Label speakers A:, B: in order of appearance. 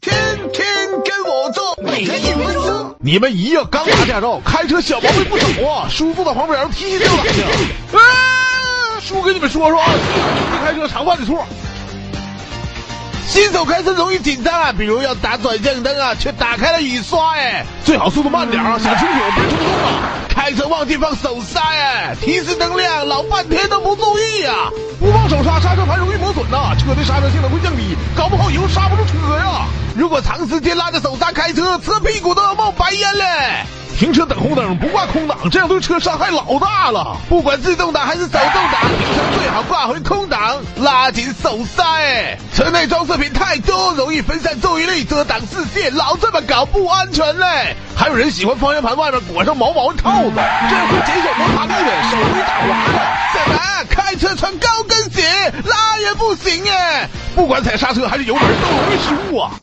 A: 天跟我坐，每天一分钟。
B: 你们姨呀，刚拿驾照，开车小毛病不少啊。叔坐在旁边，提心吊胆的。哎，叔给你们说说啊，没开车常犯的错。
A: 新手开车容易紧张啊，比如要打转向灯啊，却打开了雨刷，哎，
B: 最好速度慢点
A: 嗯
B: 啊，想清楚别冲动啊。
A: 开车忘记放手刹，哎，提示灯亮，老半天都不注意啊。
B: 不放手刹，刹车盘容易磨损呐、车的刹车性能会降低，搞不好以后刹不住车呀、
A: 如果长时间拉着手刹开车，车屁股都要冒白烟嘞。
B: 停车等红灯，不挂空挡，这样对车伤害老大了。哎
A: 不管自动挡还是手动挡，平常最好挂回空挡，拉紧手刹。哎，车内装饰品太多，容易分散注意力，遮挡视线，老这么搞不安全嘞。
B: 还有人喜欢方向盘外面裹上毛毛套子，这样会减少摩擦力的，手会打滑的。
A: 怎么开车穿高跟鞋拉也不行哎？
B: 不管踩刹车还是油门，都容易失误啊。